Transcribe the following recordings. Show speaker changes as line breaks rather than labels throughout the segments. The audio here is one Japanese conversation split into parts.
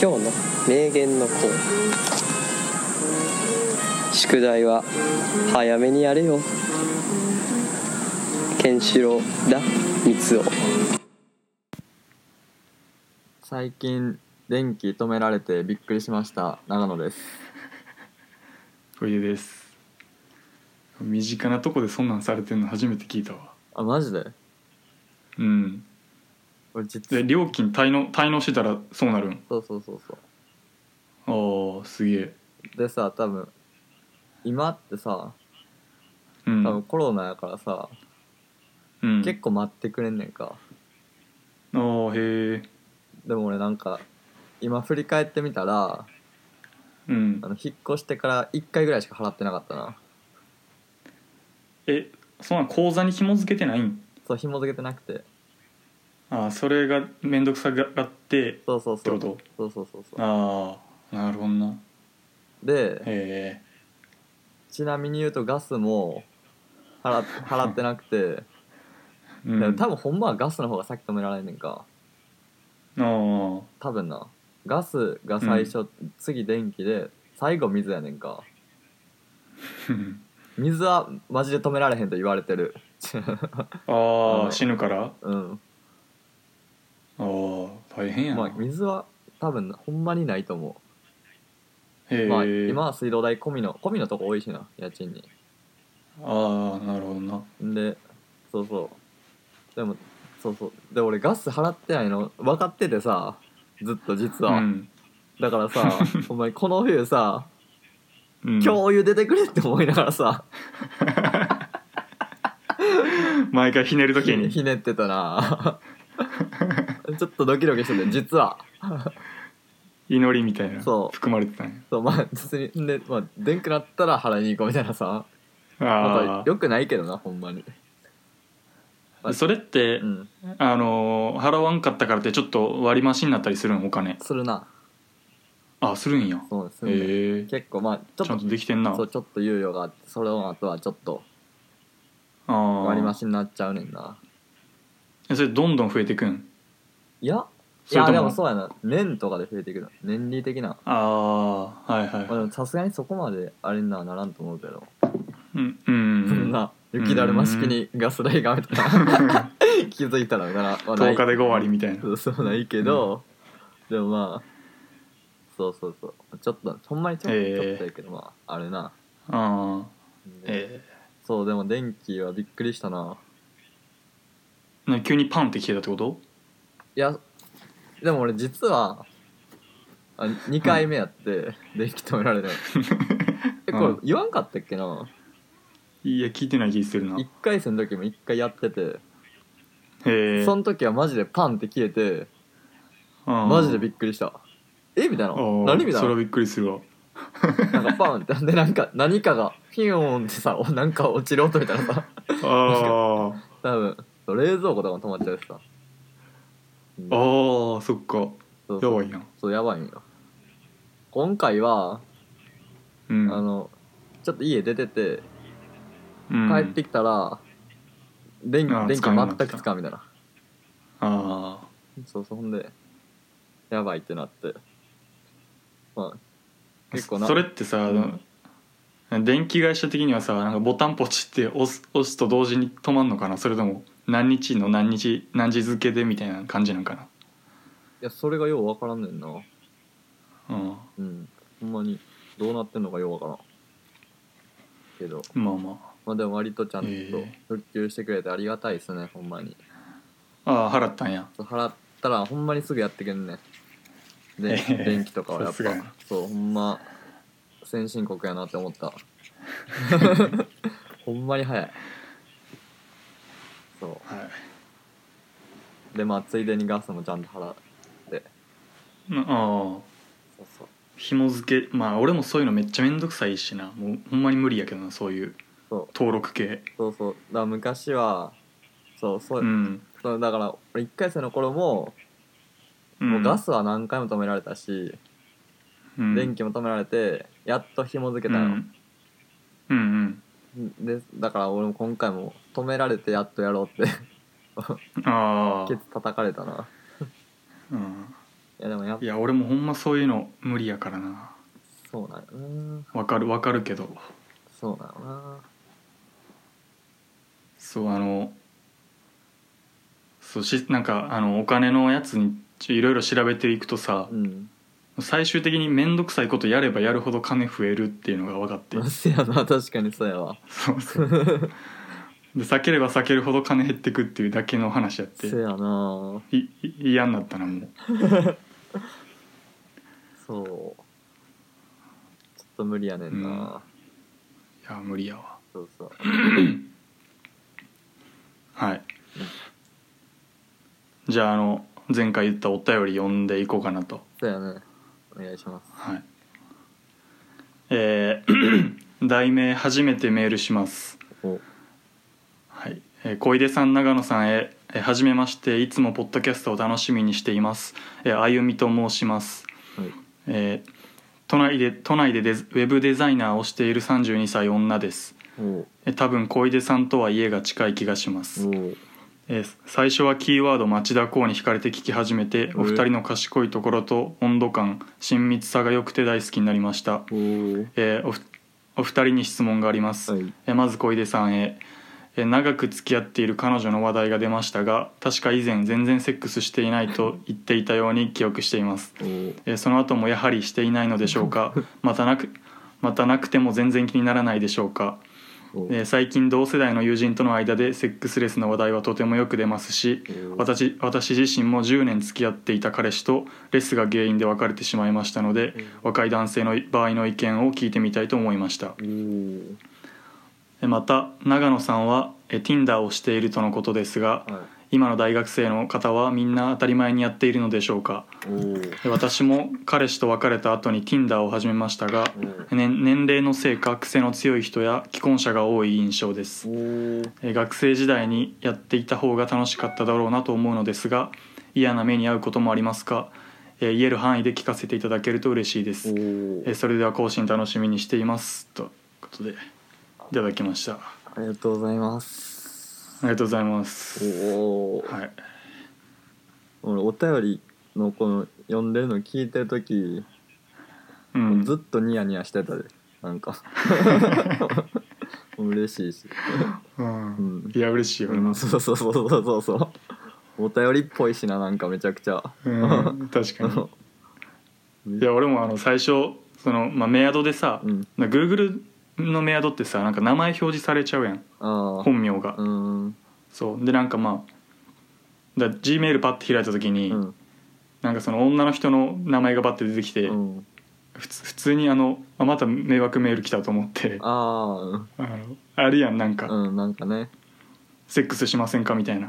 今日の名言のコーナー宿題は早めにやれよケンシロウだ三つを
最近電気止められてびっくりしました長野です
小出です身近なとこでそんなんされてんの初めて聞いたわ
あマジで
うん
俺実
で料金滞納滞納してたらそうなるん
そうそうそうそ
あーすげえ
うでさ多分今ってさ
う
多分
ん、
コロナやからさ、
うん、
結構待ってくれんねんか
あーへえ
でも俺なんか今振り返ってみたら
うん
あの引っ越してから1回ぐらいしか払ってなかったな
えそんなん口座に紐付けてないん
そう紐付けてなくて
あーそれが面倒くさがって
そうそうそう
って
そう
こ
そうそうそう
ああなるほどな
で
へ
ちなみに言うとガスも払っ払ってなくて、
え、う
でも
ん、
多分ほんまはガスの方が先止められんねんか
あー
多分なガスが最初、次電気で最後水やねんか
うん
水はマジで止められへんと言われてる
あ
うん
あ死ぬから
うん
あー大変やな、
まあ水は多分ほんまにないと思
へ
う、
え、
まあ今は水道代込みの込みのとこ多いしな家賃に
ああなるほどなん
でそうそうでもそうそうで俺ガス払ってないの分かっててさずっと実は、
ん
だから さお前この冬さ
うん、
今日お湯出てくれって思いながらさ、
毎回ひねるとき に
ひねってたな ちょっとドキドキしてて実は
祈りみたいな
そう
含まれてたん
そうまあ別にで、まあ、電気なったら払いに行こうみたいなさ
や
ま
あ
たよくないけどなほんまに
あそれって、
うん
あのー払わんかったからってちょっと割増しになったりするんお金
するな
あするんや
そうです
へえ
ね、結構まあちょっ
ちゃん
と
とできてんな
そうちょっと猶予があってそれの後はちょっと
ああ
割り増しになっちゃうねんな
えそれどんどん増えてくん
いやい
それ
や
とも
でもそうやな年とかで増えていくの年利的な、
ああはいはい、
まあ、でもさすがにそこまであれにはならんと思うけど
うんう
そん
ん
な雪だるま式にガス代がみたい な気づいたらなら、まあない
10日で5割みたいな
そうそうないけど、でもまあそうそうそうちょっとほんまにちょ,、
えー
ちょっとやけどまああれな、
ああえ
そうでも電気はびっくりしたな
えな急にパンって消えたってこと
いやでも俺実はあ2回目やって電気止めら れないえこれ言わんかったっけな、
いや聞いてない気するな
一1回戦の時も1回やってて、
へえ
その時はマジでパンって消えてマ
マ
ジでびっくりしたえみたいな何みた
そ
い
れは
な
びっくりするわ
なんかパンってでなんか何かがピヨーンってさおなんか落ちる音みたいなさ
ああ
多分そう冷蔵庫とかも止まっちゃうしさ、うん
あーそっか
そう
や
そう
ばいな
そうやばいんよ今回は、
うん
あのちょっと家出てて
うん
帰ってきたら、電
あー
電気
使えなくなっ
全
た
くつかんみたいな
ああ
そうそうほんでやばいってなってまあ結構な
それってさ、電気会社的にはさなんかボタンポチって押す押すと同時に止まんのかなそれとも何日の何日何時付けでみたいな感じなんか
いやそれがようわからんねんな
なうん
うんほんまにどうなってんのかようわからんけど
まあま
まあでも割とちゃんと
えー
復旧してくれてありがたいですねほんまに
あああ払ったんや
そう払ったらほんまにすぐやってくんねで、
えー
電気とかはやっ
さすがや
ぱ
な
そうほんま先進国やなって思った ほんまに早いそ
は
うでまあついでにガスもちゃんと払って
いなああ
そうそう
紐付けまあ俺もそういうのめっちゃめんどくさいしなもうほんまに無理やけどなそういう
そう
登録系
そうそうだから昔はそうそうう,、
ん、
そうだから俺1回生の頃も,、
うん、
もうガスは何回も止められたし、
うん
電気も止められてやっと紐付けた
う
よ、
んうんうん
でだから俺も今回も止められてやっとやろうって
ああ
ケツ叩かれたな
うん
いやでもやっない
や俺もほんまそういうの無理やからな
そうなんよな
わかるわかるけど
そうなんよな
そうあのそうしなんかあのお金のやつにちょいろいろ調べていくとさ
う、ん
最終的に面倒くさいことやればやるほど金増えるっていうのが分かって
まあせやな確かにそうやわ
そうそうで避ければ避けるほど金減ってくっていうだけの話やって
せやな
嫌になったなもう
そうちょっと無理やねんな、
いや無理やわ
そうそう
はいじゃああの前回言ったお便り読んでいこうかなと
そうやねお願いします
はいえー 題名初めてメールします
お
はい、えー小出さん長野さんへえーはじめましていつもポッドキャストを楽しみにしています、えーあゆみと申します、
はい
えー都内で都内でデザウェブデザイナーをしている32歳女です
お
えー多分小出さんとは家が近い気がします、
お
えー最初はキーワード町田公に惹かれて聞き始めてお二人の賢いところと温度感親密さが良くて大好きになりました、
お
えーおふお二人に質問があります、
はい
えーまず小出さんへえー長く付き合っている彼女の話題が出ましたが確か以前全然セックスしていない と言っていたように記憶しています、
お
えーその後もやはりしていないのでしょ うかまたなくまたなくても全然気にならないでしょうか、
お
えー最近同世代の友人との間でセックスレスの話題はとてもよく出ますし
うん
私私自身も10年付き合っていた彼氏とレスが原因で別れてしまいましたので、若い男性の場合の意見を聞いてみたいと思いました、
うん
えまた長野さんはえ Tinder をしているとのことですが
は
今の大学生の方はみんな当たり前にやっているのでしょうか
いおー
え私も彼氏と別れた後に Tinder を始めましたが、ね年齢のせいか癖の強い人や既婚者が多い印象です
おー
え学生時代にやっていた方が楽しかっただろうなと思うのですが嫌な目に遭うこともありますかえ言える範囲で聞かせていただけると嬉しいで
お
すえ
ー
それでは更新楽しみにしていますということでいただきました
ありがとうございます
ありがとうございま
お
す。
お
はい。
俺お便りのこの読んでるの聞いてる時
うん。
ずっとニヤニヤしてたでなん か嬉しいし
うん、いや嬉しいよ、
うんそうそうそうそうそうそうお便りっぽいしななんかめちゃくちゃ
うん、確
う
か
ん
に。いや俺もあの最初そのまあメアドでさ、
うん
な Google のメアドってさなんか名前表示されちゃうやん
ああ
本名が。
うん
そうでなんかまあだ G メールパッて開いた時に、
うん
なんかその女の人の名前がバッて出てきて、
うん
普通普通にあのあまた迷惑メール来たと思ってあ
あ
のあるやんなんか、
あうんなんかね
セックスしませんかみた いな。
うん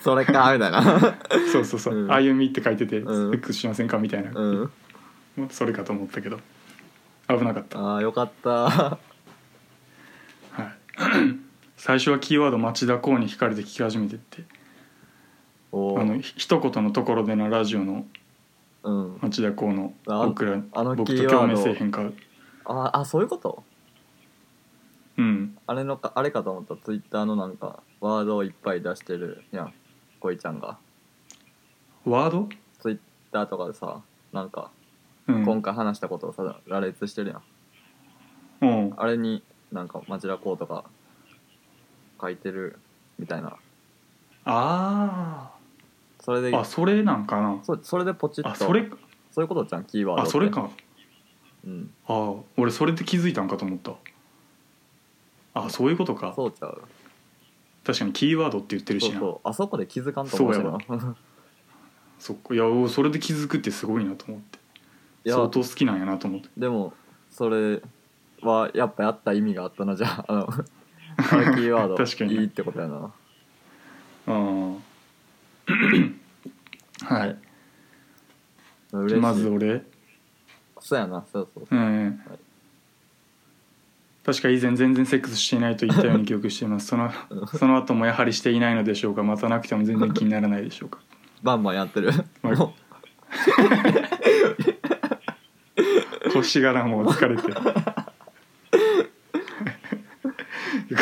それかみたいな
そうそうそう
う
「
ん
あゆみ」って書いてて「セ
うん
ックスしませんか?」みたいな、
うん
まあそれかと思ったけど危なかった、
ああよかった
はい、 最初はキーワード「町田公に惹かれて聞き始めて」って
お
あの
ー
ひ一言のところでのラジオの
うん
町田公の
あ
僕ら
あの
僕
キー
と
ワード
共鳴せえへんか
ああそういうこと
うん
あれのかあれかと思ったツイッターのなんかワードをいっぱい出してるやんこいちゃんが
ワード、
ツイッターとかでさなんか
うん、
今回話したことをさ羅列してるやん
うん
あれになんか町田こうとか書いてるみたいな
あ
それで
ーあそれなんかな
そそれでポチッと
あそれか
そういうことじゃんキーワードっ
あ
て
それか
うん
あー俺それで気づいたんかと思ったあそういうことか
そうちゃう
確かにキーワードって言ってる
そ
し
う
な
そうあそこで気づかんと思うし
そうやわ
な
そっかいやそれで気づくってすごいなと思って
いや
相当好きなんやなと思って
でもそれはやっぱやった意味があったなじゃああ のあのキーワ
確か
ード
に
いいってことやな
うん はい
嬉しい
まず俺
そうやなそうそう
うん
い
確か以前全然セックスしていないと言ったように記憶していますそ のその後もやはりしていないのでしょうかまたなくても全然気にならないでしょうか
バンバンやってる
まあ
も
腰がなもう疲れて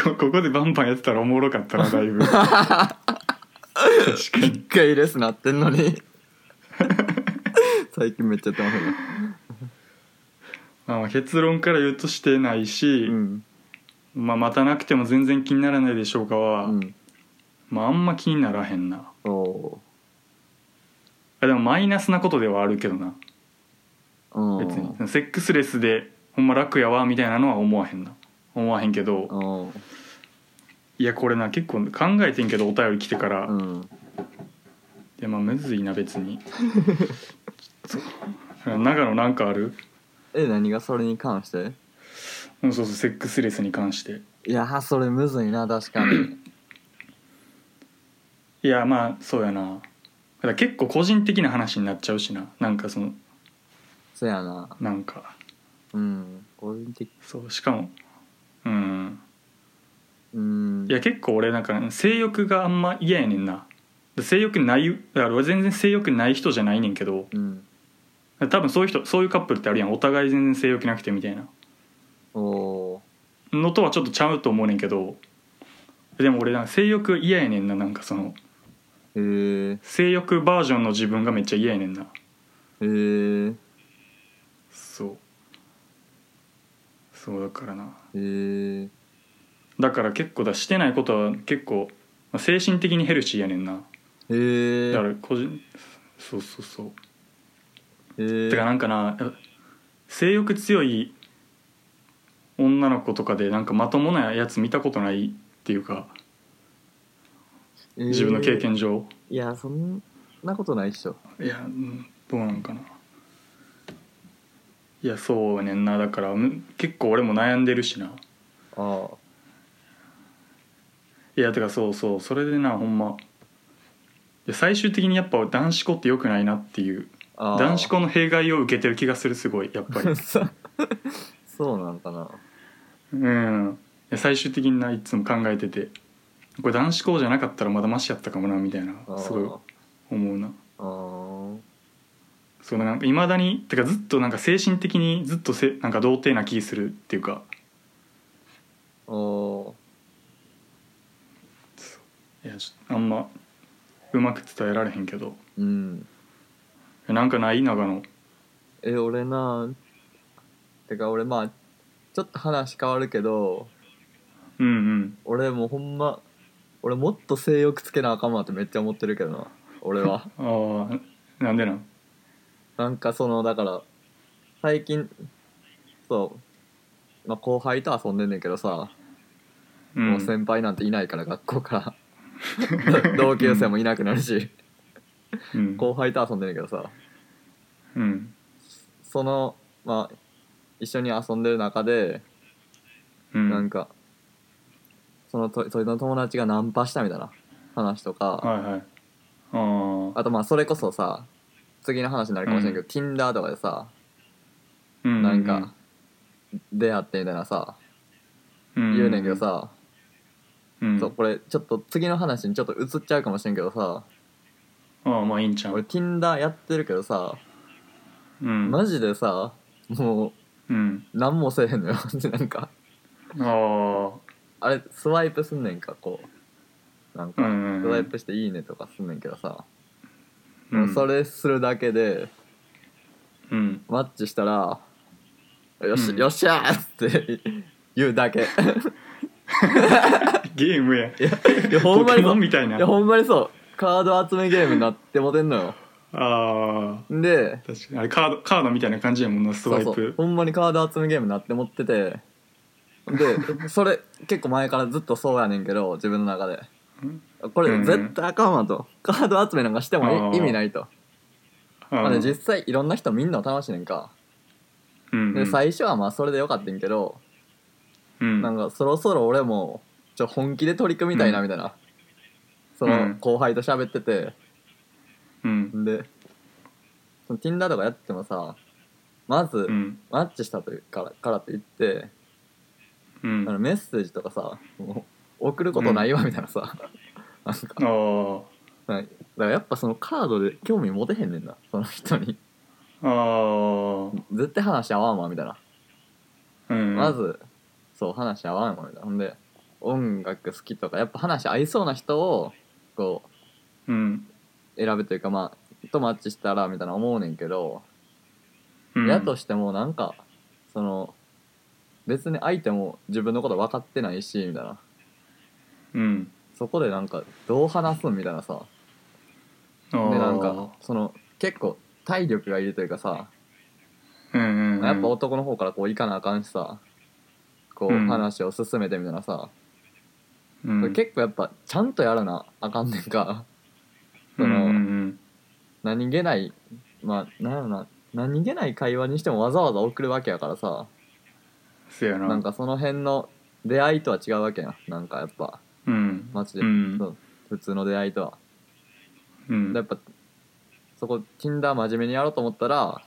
こここでバンバンやってたらおもろかったなだいぶ確か
う
に
一回レスなってんのに最近めっちゃやってますね
まあ、結論から言うとしてないし、
うん
まあ、またなくても全然気にならないでしょうかは、
うん
まあ、あんま気にならへんな
おお
あでもマイナスなことではあるけどな
ー
別にセックスレスでほんま楽やわみたいなのは思わへんな思わへんけど
うん
いやこれな結構考えてんけどお便り来てから、
う
い
ん
やまあむずいな別に ちょっと長野なんかある
え何がそれに関して
うんそうそうセックスレスに関して
いやーそれむずいな確か に
いやまあそうやなだから結構個人的な話になっちゃうしななんかその
そやな
なんか
うん個人的
そうしかもうん
うん
いや結構俺なんか性欲があんま嫌やねんな性欲ないだから俺全然性欲ない人じゃないねんけど
うん
多分そういう人そういうカップルってあるやんお互い全然性欲なくてみたいな
おお
のとはちょっとちゃうと思うねんけどでも俺なんか性欲嫌やねんななんかその
ーへえ
性欲バージョンの自分がめっちゃ嫌やねんな
へえ
そうそうだからな
へえ
だから結構だしてないことは結構まあ精神的にヘルシーやねんな
へえ
だから個人そうそうそう
へえ
てかなんかな性欲強い女の子とかでなんかまともなやつ見たことないっていうか自分の経
へ
験上、
えいやそんなことないっしょ
いやうんどうなんかないやそうやねんなだからむ結構俺も悩んでるしな
ああ
いやてかそうそうそれでなほんまいや最終的にやっぱ男子校って良くないなっていう
あー
男子校の弊害を受けてる気がするすごいやっぱり
そうなんかな
うんいや最終的にないつも考えててこれ男子校じゃなかったらまだマシやったかもなみたいな
あー
すごい思うな
あー
そうなんかいまだにてかずっとなんか精神的にずっとせなんか童貞な気するっていうか
お
いやちょっとあんまうまく伝えられへんけど
ーうん
なんかない長野
え俺なてか俺まあちょっと話変わるけど
うんうん
俺もうほんま俺もっと性欲つけなあかんわってめっちゃ思ってるけどな俺 は
ああなんでなん
なんかそのだから最近そう、まあ、後輩と遊んでんねんけどさ、
うん
もう先輩なんていないから学校から 同級生もいなくなるし
うん
後輩と遊んでんねんけどさ
うん
そのまあ一緒に遊んでる中で、
うん
なんかそのとそいつの友達がナンパしたみたいな話とか、
はいはいああ
あとまあそれこそさ次の話になるかもしれんけど、Tinder とかでさ
うん
なんか出会ってみたいなさ、
うん
言うねんけどさ、
うん
そうこれちょっと次の話にちょっと移っちゃうかもしれんけどさ
ああまあいいんちゃ
俺
う
Tinder やってるけどさ
うん
マジでさもう
うん
何もせえへんのよ なんか
あ
あれスワイプすんねんかこうなん
あう
か、
ん
スワイプして「いいね」とかすんねんけどさ、
う
もうんそれするだけで
うん
マッチしたら「よし、
うん
よっしゃー!」って 言うだ けい
ゲームや
やほ
ポ
んま
ケ
に
モ
そう
ン
い
みたいな
やほんまにそうカード集めゲームになってもてんのよ
ああ
で
確かにあれカードカードみたいな感じやもんなス
そ
ワ
う
イ
そう
プ
ほんまにカード集めゲームになってもってて でそれ結構前からずっとそうやねんけど自分の中でこ
う
れ
ん
絶対あかんわとカード集めなんかして
あ
も
ー
い意味ないと
あ
まあね、
ー
実際いろんな人みんな楽しいねんか、
うんう
で
ん
最初はまあそれでよかったんけど、
うん
なんかそろそろ俺もちょ本気で取り組みたいなみたいな、そ
うん
の後輩と喋ってて
うん
んでその Tinder とかやってもさまず
うん
マッチしたというからからといって、
うん
あ
あ
のメッセージとかさもう送ることないわみたいなさ、 なんか
あー
なんかだからやっぱそのカードで興味持てへんねんなその人に
あー
絶対話合わんわみたいな
うん
まずそう話合わんもんみたいなほんで音楽好きとかやっぱ話合いそうな人をこ
うん
う選ぶというかまあとマッチしたらみたいな思うねんけど、
うん
やとしてもなんかその別に相手も自分のこと分かってないしみたいな
うん
そこでなんかどう話すんみたいなさ
で
でなんかその結構体力がいるというかさ、
うんうんうん
やっぱ男の方からこう行かなあかんしさこう
うん
話を進めてみたいなさ、
うん
それ結構やっぱちゃんとやらなあかんねんかそ
うん
の、
うん
何気ないまあなんやろな何気ない会話にしてもわざわざ送るわけやからさ
せやな
なんかその辺の出会いとは違うわけやんなんかやっぱ
うん
マジで、
うん
そう普通の出会いとは、
うん
やっぱそこ Tinder 真面目にやろうと思ったら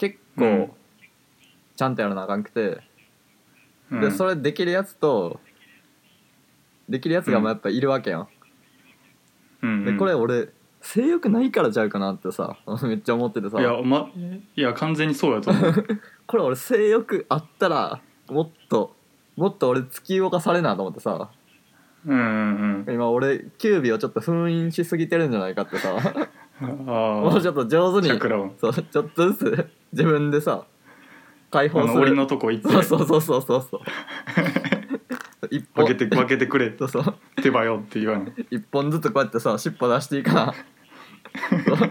結
う
構
ん
ちゃんとやらなあかんくて、
うん
でそれできるやつとできるやつがまあやっぱいるわけやん、
うん
でこれ俺性欲ないからちゃうかなってさ めっちゃ思っててさ
いや,、ま、いや完全にそうやと 思う
これ俺性欲あったらもっともっと俺突き動かされなと思ってさ
うんうん
今俺キュービをちょっと封印しすぎてるんじゃないかって さ
うん
も
あ
うち
あ
ょっと上手
チ
に
ャクラを
そうちょっとずつ 自分でさ解
あ
放
の
す
檻
る
のとこ行って
そうそうそうそう そうそう一
分
本
けて分けてくれ
そうそう
手ばよって言わない
一本ずつこうやってさ尻尾出していいか なそう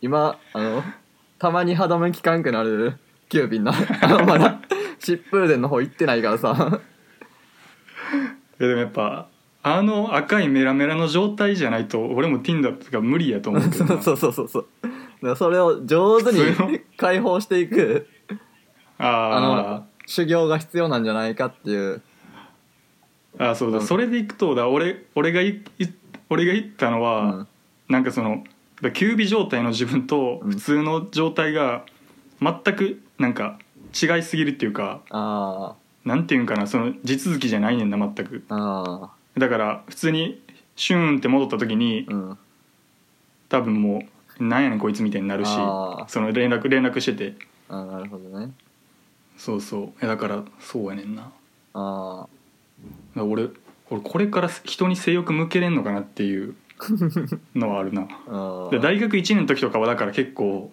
今あのたまに歯止め効かんくなるキューピンなあのまだ疾風伝の方行ってないからさ
えでもやっぱあの赤いメラメラの状態じゃないと俺も Tinder とか無理やと思うけ ど
そ
な
うそうそうそうそうだからそれを上手
それ
に
を
解放していく
あ
修行が必要なんじゃないかっていう
ーあーそうだそれでいくとだ俺俺がいい俺が言ったのは、
うん
なんかそのだ休尾状態の自分と
うん
普通の状態が全くなんか違いすぎるっていうか
あ
なんていうんかなその地続きじゃないねんな全く
ああ
だから普通にシューンって戻った時に
ーうん
多分もう「なんやねんこいつ」みたいになるし
あー
その連絡連絡してて
あーなるほどね
そうそうえだからそうやねんなだか
あ
ら俺俺これから人に性欲向けれんのかなっていうのはあるな
ーあ
で
ー
大学1年の時とかはだから結構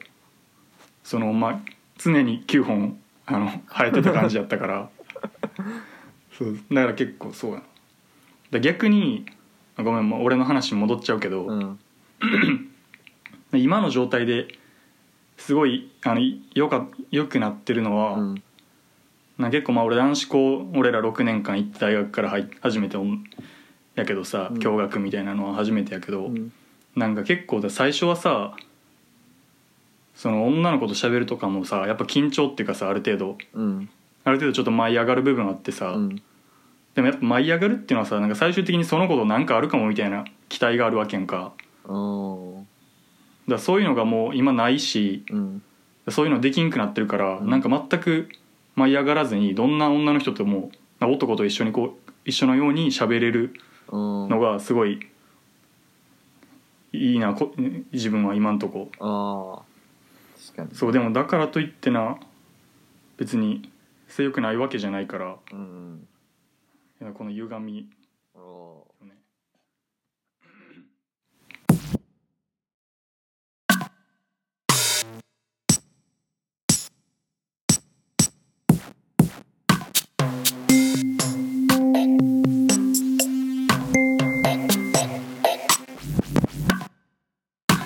そのまあ常に9本あの生えてた感じやったから そうだから結構そうやなで逆にあごめんもう俺の話に戻っちゃうけど、
うん
で今の状態ですごいあのいよかよくなってるのは、
うん
な結構まあ俺男子校俺ら6年間行って大学から入っ初めておんやけどさ
うん
共学みたいなのは初めてやけど、
うん
なんか結構だ最初はさその女の子と喋るとかもさやっぱ緊張っていうかさある程度
うん
ある程度ちょっと舞い上がる部分あってさ、
うん
でもやっぱ舞い上がるっていうのはさなんか最終的にその子となんかあるかもみたいな期待があるわけやんか
おー
だからそういうのがもう今ないし
うん
そういうのできんくなってるから、
うん
なんか全く舞い上がらずにどんな女の人とも男と一緒にこう一緒のように喋れる
うん
のがすごいいいなこ自分は今んとこ
ああ確かに
そうでもだからといってな別に性欲ないわけじゃないから
うん
いやこの歪み
うんおー
よね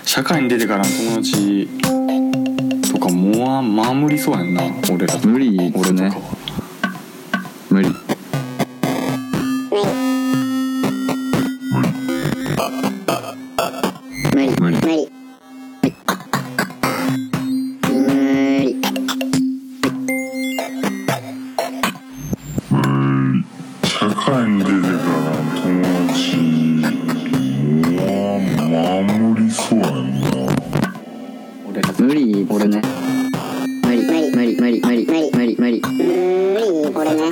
社会に出てからの友達とかもうまあ無理そうやんな俺らと
無理っすね
俺とかは
無理
無理無理無理無理
社会に出てから友達もう守りそうやんな
無理俺ね無理無理無理無理無理無理無理
無理俺ね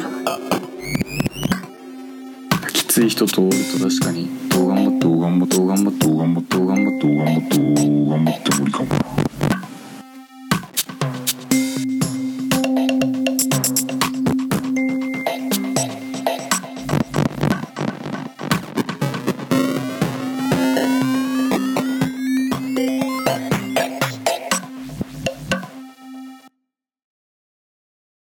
きつい人と確かに
どう頑張ってどう頑張ってどう頑張ってどう頑張ってどう頑張ってどう頑張って無理かも